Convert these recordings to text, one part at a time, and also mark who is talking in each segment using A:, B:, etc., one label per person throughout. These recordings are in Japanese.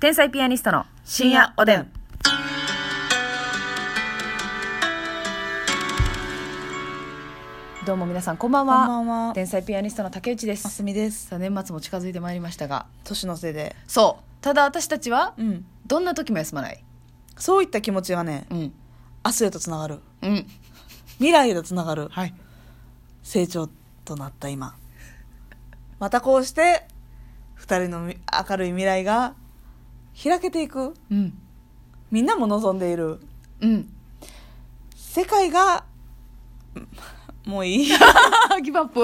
A: 天才ピアニストの
B: 深夜おでん。
A: どうも皆さんこんばん
B: こ
A: は
B: んばんは。
A: 天才ピアニストの竹内で
B: ますすみです。
A: さあ年末も近づいてまいりましたが
B: 年のせいで。
A: そうただ私たちは
B: うん。
A: どんな時も休まない
B: そういった気持ちはね、
A: うん
B: 明日へとつながる。
A: うん
B: 未来へとつながる。
A: はい
B: 成長となった今。またこうして、二人のみ明るい未来が開けていく。
A: うん
B: みんなも望んでいる。
A: うん
B: 世界が、うんもういい。
A: ギブアップ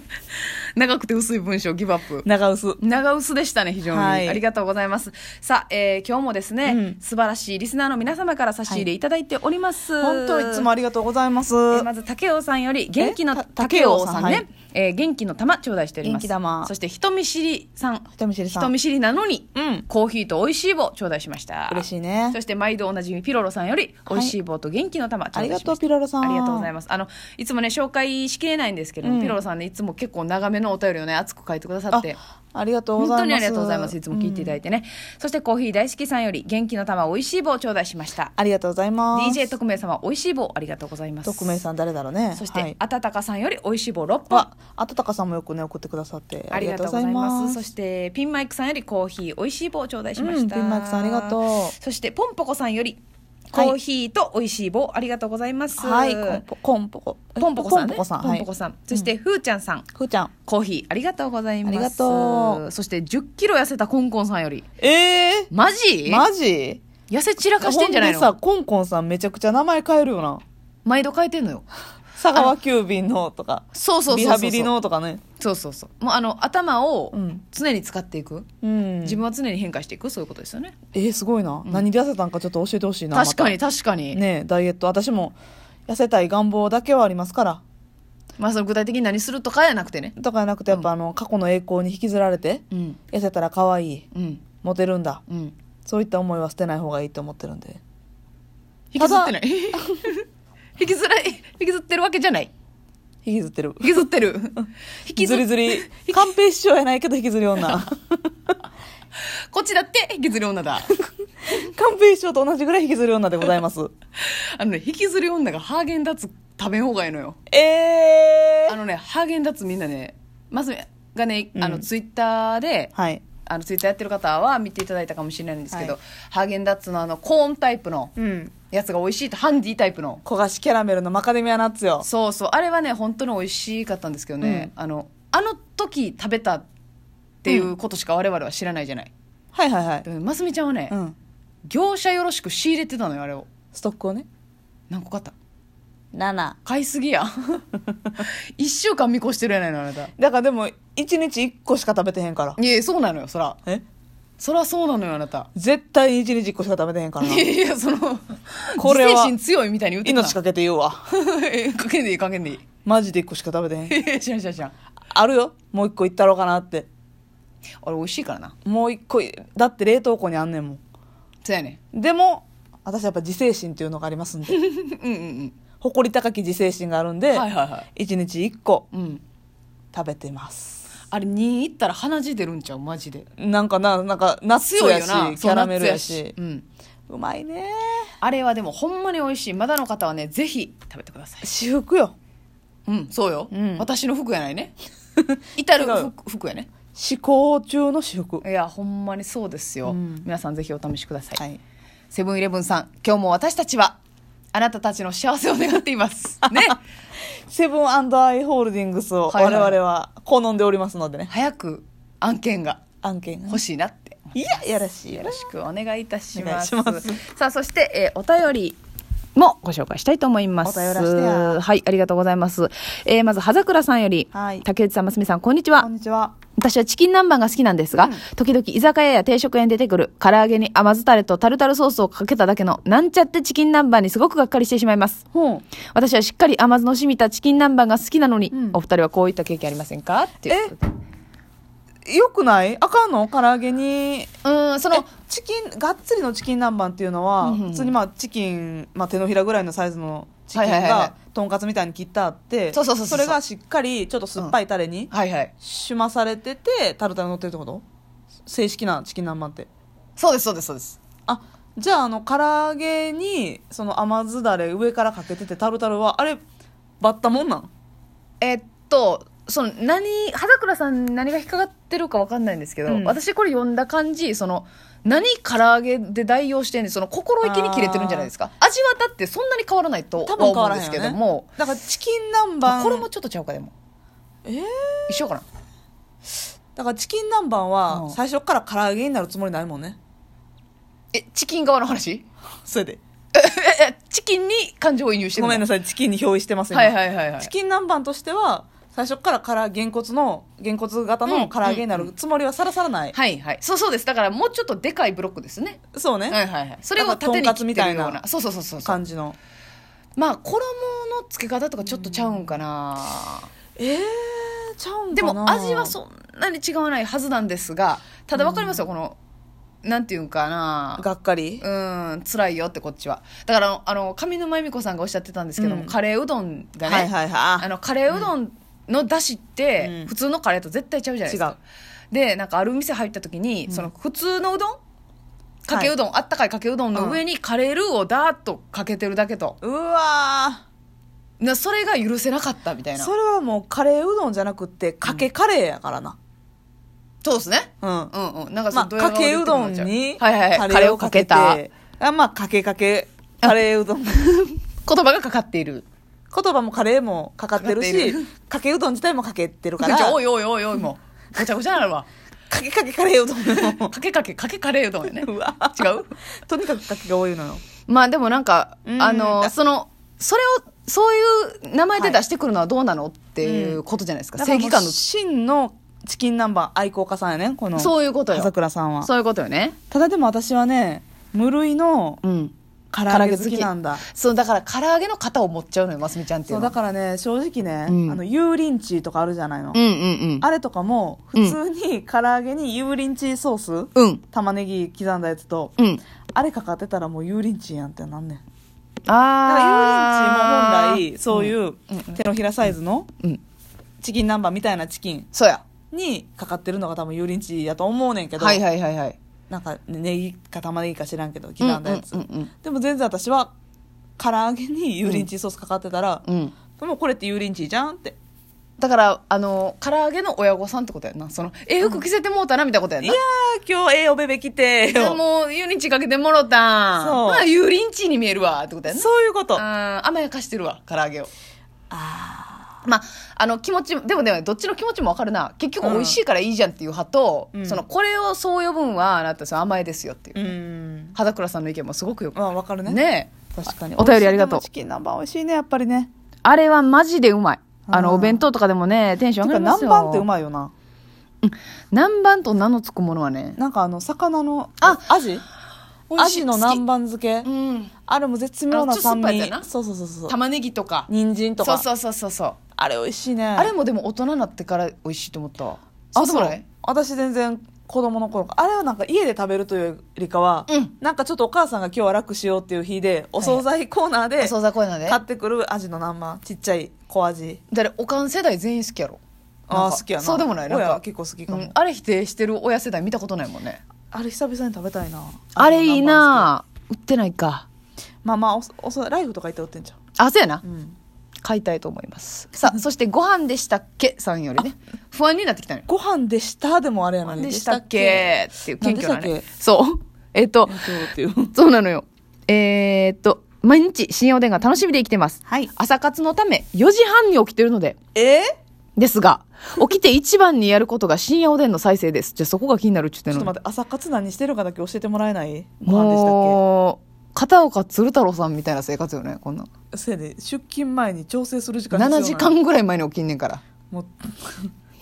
A: 長くて薄い文章ギブアップ
B: 長薄。
A: 長薄でしたね非常に、
B: はい
A: ありがとうございますさあ、えー今日もですね、
B: うん
A: 素晴らしいリスナーの皆様から差し入れいただいております、
B: 本当いつもありがとうございます。
A: えーまず竹雄さんより元気の
B: えた
A: 竹雄さんね、
B: 竹雄さんはい
A: えー元気の玉頂戴しております
B: 元気玉
A: そして人見知りさん
B: 人見知りさ
A: 人
B: ん。
A: 見知りなのに、
B: うん
A: コーヒーと美味しい棒頂戴しました
B: 嬉しい
A: そ
B: ね。
A: して毎度おなじみピロロさんより美味しい棒と元気の玉頂戴しました、
B: ありがとう、ピロロさん。
A: ありがとうございますあのいつもね紹介しきれないんですけども、
B: うん
A: ピロロさんねいつも結構長めのお便りをね熱く書いてくださって
B: あありがとうご
A: 本
B: ざい
A: 当に
B: ます
A: ありがとうございますいつも聞いていただいてね、そしてコーヒー大好きさんより元気の玉美味しい棒を頂戴しました
B: ありがとうございます。
A: DJ 特命様美味しい棒ありがとうございます
B: 特命さん誰だろうね。
A: そして、
B: はい、
A: あたたかさんより美味しい棒6本
B: あ、あたたかさんもよくね送ってくださって
A: ありがとうございますそ
B: て
A: してピンマイクさんよりコーヒー美味しい棒を頂戴しました、
B: うんピンマイクさんありがとう
A: そしてポンポコさんより
B: はい
A: コーヒーと美味しい棒ありがとうございます、
B: はい、コンポコンポコ
A: ポンポコさん、ね、
B: ポンポコさん、
A: ポ
B: は
A: ン
B: い
A: ポコ。さんそしてふーちゃんさん
B: ふーちゃん。
A: コーヒーありがとうございます
B: ありがとう
A: そして1 0キロ痩せたコンコンさんより
B: え
A: マジ
B: ー、マジ？
A: 痩せ散らかしてんじゃない
B: ほでさ、
A: の
B: コンコンさんめちゃくちゃ名前変えるよな。
A: 毎度変えてんのよ
B: 佐川急便のとか、
A: そうそうそうそう
B: リハビリのとかね。
A: そうそうそうもうあの頭を
B: うん
A: 常に使っていく、
B: うん。
A: 自分は常に変化していくそういうことですよね
B: えー、すごいな。何で痩せたんかちょっと教えてほしいな。
A: 確かに
B: ま
A: 確か
B: た。
A: に、
B: ねダイエット私も痩せたい願望だけはありますから。
A: まあその具体的に何するとかじゃなくてね
B: とかじゃなくてやっぱ、あの過去の栄光に引きずられて
A: うん
B: 痩せたら可愛い
A: うん
B: モテるんだ
A: うん
B: そういった思いは捨てない方がいいと思ってるんで
A: 引きず ってない引きずら引きずってるわけじゃない
B: 引きずってる
A: 引きずってる 引きず
B: ずりずり寛平師匠やないけど引きず り女
A: こっちだって引きずる女だ
B: 寛平師匠と同じぐらい引きずり女でございます
A: あのね引きずる女がハーゲンダッツ食べん方がいいのよ
B: え
A: あ
B: ー、
A: のねハーゲンダッツみんなねまずがね、
B: うん
A: あのツイッターで
B: はい
A: あのツイッターやってる方は見ていただいたかもしれないんですけど、
B: は
A: ハーゲンダッツのあのコーンタイプの
B: うん
A: やつが美味しいとハンディタイプの
B: 焦がしキャラメルのマカデミアナッツよ
A: そうそうあれはね本当に美味しかったんですけどね、あのあの時食べたっていうことしか我々は知らないじゃない、
B: はいはいはい
A: でもますみちゃんはね、
B: うん
A: 業者よろしく仕入れてたのよあれを
B: ストックをね
A: 何個買った
B: 7
A: 買いすぎや 一週間見越してるやないのあなたい
B: だからでも1日1個しか食べてへんから
A: やそうなのよそら
B: え
A: そらそうなのよあなた
B: 絶対に1日1個しか食べてへんか ら
A: い
B: な
A: やいやその
B: これは
A: 自制心強いみたいに言ってた
B: 命かけて言うわ
A: えかけんでいいかけんでいい
B: マジで1個しか食べて へん
A: え知らん知らん知らん
B: あるよもう一個いったろうかなって
A: あれ美味しいからな
B: もう一個いだって冷凍庫にあんねんも
A: そうやね
B: んでも私やっぱ自制心っていうのがありますんで
A: うんうんうん
B: 誇り高き自制心があるん
A: はい
B: で、
A: はいは
B: 一日一個
A: いうん
B: 食べてます
A: あれ2行ったら鼻血出るんちゃうマジで
B: なんかななんかナッツ
A: 強い
B: や
A: よ
B: し
A: な
B: キャラメルやし
A: そうナッツうん、
B: うまいね
A: あれはでもほんまに美味しいまだの方はねぜひ食べてください
B: 私服よ
A: うんそうよ、
B: うん
A: 私の服やない ね至る
B: 違うよ
A: 服服やね
B: 思考中の私服
A: いやほんまにそうですよ、
B: うん
A: 皆さんぜひお試しください、
B: はい
A: セブンイレブンさん今日も私たちはあなたたちの幸せを願っています ね
B: セブンアイ・ホールディングスを
A: はい
B: 我
A: はい
B: 々は好んでおりますのでね、
A: 早く案件が
B: 案件
A: 欲しいなって
B: いややらしい
A: よ
B: よ
A: ろしくお願いいたします
B: お願いしま
A: さあそして、えーお便りもご紹介したいと思います
B: お便らしてや
A: はいありがとうございます、えーまず葉桜さんより、
B: はい
A: 竹内さんますみさんこんにち
B: こ
A: は
B: んにちは
A: 私はチキン南蛮が好きなんですが、時々居酒屋や定食屋に出てくる唐揚げに甘酢タレとタルタルソースをかけただけのなんちゃってチキン南蛮にすごくがっかりしてしまいます
B: ほう
A: 私はしっかり甘酢の染みたチキン南蛮が好きなのに、
B: うん
A: お二人はこういった経験ありませんかっていうことで
B: よくないあかんの唐揚げに
A: うーんその
B: えチキンがっつりのチキン南蛮っていうのは、
A: うんうんうん
B: 普通にまあチキン、まあ、手のひらぐらいのサイズのチキン
A: はいはいはいは
B: がとんかつみたいに切ってあって
A: そうそうそうそう
B: れがしっかりちょっと酸っぱいタレに
A: はいはい
B: しまされててタルタル乗ってるってこと正式なチキン南蛮ってそうですそうですそうですあじゃああの唐揚げにその甘酢だれ上からかけててタルタルはあれバッタもんなん
A: えっとその何肌倉さんに何が引っかかってるか分かんないんですけど、
B: うん
A: 私これ読んだ感じその何唐揚げで代用してんねんその心意気に切れてるんじゃないですか味はだってそんなに変わらないとは
B: 多分変
A: 思
B: わ
A: うん
B: ら
A: で
B: へん
A: す
B: よ、
A: け
B: ね、
A: ども、
B: だからチキン南
A: ま
B: 蛮
A: あこれもちょっとちゃうかでも
B: えー
A: 一緒かな
B: だからチキン南
A: う
B: 蛮
A: ん
B: は最初から唐揚げになるつもりないもんね
A: えチキン側の 話
B: それで
A: ええチキンに感情を移入してる
B: ご
A: の
B: めんなさいチキンに憑依してます
A: はいはいはいはい
B: チキン南蛮としては最初からからげんこつのげんこつ型の唐揚げになるつもりはさらさらない、
A: はいはいそうそうですだからもうちょっとでかいブロックですね
B: そうね、
A: はいはいはいそれを
B: と
A: 縦
B: ん
A: に
B: か
A: 切
B: つ
A: っ
B: み
A: て
B: た
A: る
B: い
A: よう
B: な
A: なそうそうそうそうそう
B: 感じの
A: まあ衣の付け方とかちょっとちゃうんかな、
B: えー、ちゃうん
A: で
B: かな
A: も味はそんなに違わないはずなんですがただ分かりますよ、このなんていうんかな
B: がっかり
A: うん辛いよってこっちはだからあの上沼恵美子さんがおっしゃってたんですけども、
B: うん
A: カレーうどんがね、
B: はいはいはい
A: あ
B: あ
A: のカレーうどんの出汁って、
B: うん
A: 普通のカレーと絶対ちゃうじゃないですかでなんかある店入った時に、その普通のうどんかけうどん、あったかいかけうどんの上にカレールーをダーッとかけてるだけと、
B: うわ
A: なそれが許せなかったみたい
B: ー
A: な
B: それはもうカレーうどんじゃなくてかけカレーやからな
A: そうですね
B: うん、
A: うんうんなんかそ
B: ま
A: の
B: あ、
A: ドヤ
B: か
A: 顔で
B: け
A: 言
B: う
A: っても
B: ど
A: らっ
B: ん
A: ちゃう
B: に
A: はいはいはいカレーをかけた
B: てあまあかけかけカレーうどん 言
A: 言葉がかかっている
B: 葉もカレーもかかってるし
A: かか
B: か
A: ってる
B: けうどん自体もかけてるか
A: じ
B: ら
A: ゃあお
B: か
A: いおいおいおいもうごちゃごちゃなる わ
B: けかけカレーうどんも
A: かけかけかけカレーうどんや ね
B: うわ
A: 違う
B: とにかくかけが多いのよ
A: まあでもなんか
B: うん
A: あの
B: だ
A: そのそれをそういう名前で出してくるのはどうなのっていうことじゃないですか、正義感
B: だからも
A: の
B: う真のチキン南蛮愛好家さんやねこの
A: そういうことよ
B: 朝倉さんは
A: そういうことよね
B: ただでも私はね無類の
A: うん
B: 唐揚げ好きなんだ
A: そうだから唐揚げの型を持っちゃうのよますみちゃんってい
B: そうう
A: の
B: だ
A: は
B: からね正直ね、
A: うん
B: あの油淋鶏とかあるじゃないの、
A: うんうん
B: あれとかも普通に唐揚げに油淋鶏ソース、
A: うんうん
B: 玉ねぎ刻んだやつと、
A: うん
B: あれかかってたらもう油淋鶏やんってなんねんだから
A: ああ、
B: 油淋鶏も本来そういうう手のひらサイズの
A: うんうん、
B: チキン南蛮みたいなチキン
A: そうや
B: にかかってるのが多分油淋鶏やと思うねんけど、
A: はいはいはいはい
B: なんかネギか玉ねぎか知らんけど刻んだやつ、
A: うんうん
B: でも全然私は唐揚げに油淋鶏ソースかかってたら、
A: うん、うん
B: もうこれって油淋鶏じゃんって
A: だからあの唐揚げの親御さんってことやんなそのええ服着せてもうたなみたいなことやん
B: い
A: な、
B: やー今日ええおべべ来て
A: でも
B: よ
A: もう油淋鶏かけてもろたん
B: そう
A: まあ油淋鶏に見えるわってことやんな
B: そういうこと
A: うん甘やかしてるわ唐揚げを
B: あ
A: まああの気持ちでもねどっちの気持ちもわかるな結局美味しいからいいじゃんっていう派と、
B: うん
A: そのこれをそう呼ぶんはあなたその甘えですよっていう、
B: ーうん
A: 肌倉さんの意見もすごくよく
B: まあわかるね
A: ねえ
B: 確かに
A: お便りありがとう
B: 美味しいでもチキン南蛮美味しいねやっぱりね
A: あれはマジでうまいあの
B: うん
A: お弁当とかでもねテンション
B: て
A: 上が
B: か
A: りま
B: 南
A: すよ
B: 蛮ってうまいよな
A: 南蛮と名の付くものはね
B: なんかあの魚の
A: あ
B: アジ美味しいの
A: アジ好き
B: 南蛮漬け
A: うん
B: あれも絶妙な酸
A: あのちょっと酸っぱいや
B: 味
A: つやな
B: そうそうそうそう
A: 玉ねぎとか
B: 人参とか
A: そうそうそうそうそう
B: あれ美味しいね
A: あれもでも大人になってから美味しいと思ったわそ
B: あ
A: うでも
B: そ
A: な
B: う
A: い
B: 私全然子供の頃あれはなんか家で食べるというよりかは、
A: うん
B: なんかちょっとお母さんが今日は楽しようっていう日でお惣菜コーナーで
A: お惣菜コーナーで
B: 買ってくるアジの南蛮ちっちゃい小アジ
A: 誰おかん世代全員好きやろん
B: あー
A: か
B: 好きやな
A: そうでもないなん
B: 親
A: か
B: は結構好きかも
A: うんあれ否定してる親世代見たことないもんね
B: あれ久々に食べたいな
A: あれいいな売ってないか
B: まあまあおそおそライフとか行って売ってんじゃん
A: あそうやな
B: うん
A: 買いたいと思いますさあそしてご飯でしたっけさんよりね不安になってきたのよ
B: ご飯でしたでもあれや
A: ご
B: な
A: 飯でしたっけっていう謙虚な
B: なんで
A: ね
B: し
A: そうえっと
B: でしたっけえっとっていう
A: そうなのよ。えーっと、毎日、深夜おでんが楽しみで生きてます。
B: はい
A: 朝活のため、4時半に起きてるので、
B: え
A: ですが、起きて一番にやることが深夜おでんの再生です。じゃあそこが気になるっちゅって
B: ち
A: ん
B: ょっ
A: の
B: と待って朝活何してるかだけ教えてもらえないご飯でしたっ
A: もう、片岡鶴太郎さんみたいな生活よね、こんな。
B: けせやで出勤前に調整する時間必要
A: 7
B: ない
A: 時間ぐらい前に起きんねんから。
B: もう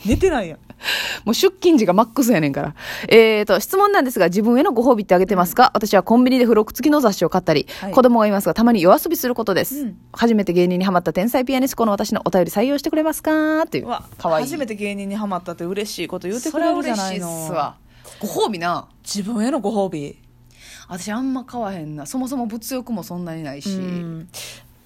B: 寝てないやん
A: もう出勤時がマックスやねんから。えーと、質問なんですが、自分へのご褒美ってあげてますか、私はコンビニで付録付きの雑誌を買ったり、
B: はい
A: 子供がいますが、たまに夜遊びすることです。
B: うん
A: 初めて芸人にハマった天才ピアニスコの私のお便り採用してくれますかっていうう。
B: わ
A: かわいい。
B: 初めて芸人にハマったって嬉しいこと言うて
A: そ
B: く
A: れは
B: れるじ
A: 嬉
B: ゃな
A: しい
B: い
A: っす
B: の
A: わ。ご褒美な。
B: 自分へのご褒美
A: 私あんま買わへんな。そもそも物欲もそんなにないし。
B: うん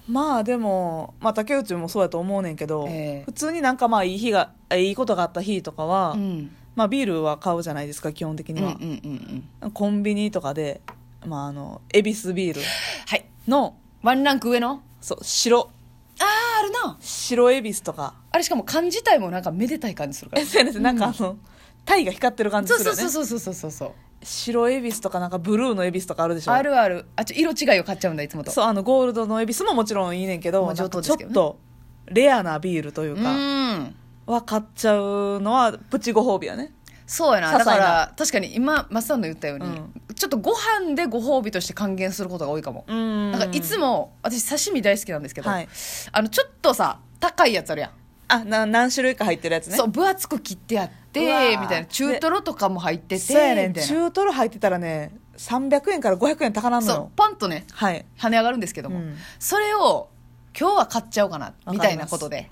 B: まあでも、まあ、竹内もそうやと思うねんけど、
A: ええ
B: 普通になんかまあいい日がえいいことがあった日とかは、
A: うん
B: まあ、ビールは買うじゃないですか基本的
A: う
B: に
A: んうんう
B: は、
A: んうん
B: コンビニとかで、まあ、あの恵比寿ビール
A: はい
B: の
A: ワンランク上の
B: そう白
A: あああるな
B: 白恵比寿とか
A: あれしかも缶自体もなんかめでたい感じするから
B: SNS なんかあの、タイが光ってる感じ
A: そう
B: する
A: そう
B: よね
A: そうそうそうそうそう
B: 白恵比寿とかなんかブルーの恵比寿とかあるでしょ
A: あるあるあちょ色違いを買っちゃうんだいつもと
B: そうあのゴールドの恵比寿ももちろんいいねんけど
A: まあ上等で
B: ちょ
A: す
B: っ
A: けどね
B: とレアなビールという
A: う
B: か
A: ん
B: は買っちゃうのはプチご褒美やね
A: そうやな
B: 些
A: だ
B: 細な
A: から確かに今松さんの言ったように、
B: う
A: ちょっとご飯でご褒美として還元することが多いかも、
B: うん
A: なんかいつも私刺身大好きなんですけど、
B: はい
A: あのちょっとさ高いやつあるやん、
B: あな何種類か入ってるやつね
A: そう分厚く切ってあっ
B: うわ
A: て
B: ー
A: みたいな中トロとかも入ってて
B: そうやねん
A: みたいな
B: 中トロ入ってたらね300円から500円高なんの
A: そう
B: よ
A: パンとね
B: はい
A: 跳ね上がるんですけども、
B: うん
A: それを今日は買っちゃおうかな
B: ます
A: みたいなことで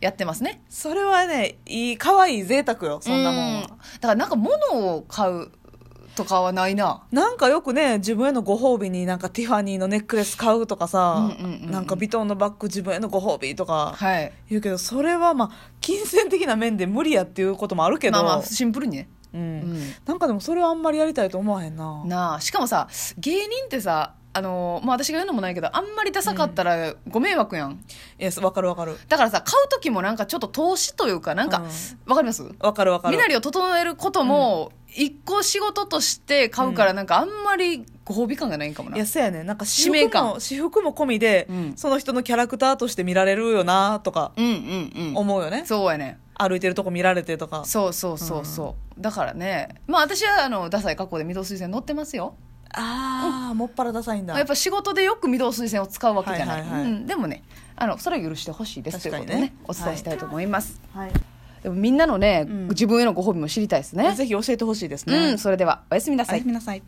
A: やってますね
B: それはねいい可愛い贅沢よそんなもん
A: う
B: は
A: だからなんか物を買うとかはないな
B: なんかよくね自分へのご褒美になんかティファニーのネックレス買うとかさ、
A: うんうんうんうん
B: なんかビトンのバッグ自分へのご褒美とか
A: はい
B: 言うけどそれはまあ金銭的な面で無理やっていうこともあるけど、
A: まあまあシンプルにね
B: う、
A: うんん
B: なんかでもそれはあんまりやりたいと思わへんな
A: なあしかもさ芸人ってさあのーまあ私が言うのもないけどあんまりダサかったらご迷惑やん、
B: いやわかるわかる
A: だからさ買う時もなんかちょっと投資というかなんか、
B: うん
A: わかります
B: わかるわかる
A: 身なりを整えることも一個仕事として買うからなんかあんまりご褒美感がないんかもない
B: やそうやねなんか私
A: 使命
B: 服も
A: 感
B: 私服も込みで、
A: うん
B: その人のキャラクターとして見られるよなとか
A: うんうんうん
B: 思うよね、
A: そうやね
B: 歩いてるとこ見られてとか
A: そうそうそうそう、だからねまあ私はあのダサい格好で御堂水線乗ってますよ
B: ああ、もっぱらダサいんだ
A: やっぱ仕事でよく御堂水線を使うわけじゃない,、
B: はいはいはい
A: うん、でもねあのそれは許してほしいですという
B: 確
A: こ
B: か
A: と
B: に
A: で
B: ね
A: ねお伝えしたいと思います、
B: はい
A: でもみんなのね、
B: うん
A: 自分へのご褒美も知りたいですね
B: ぜひ教えてほしいです
A: う
B: ね、
A: んそれではおやすみな
B: お
A: さ
B: や
A: い
B: すみなさい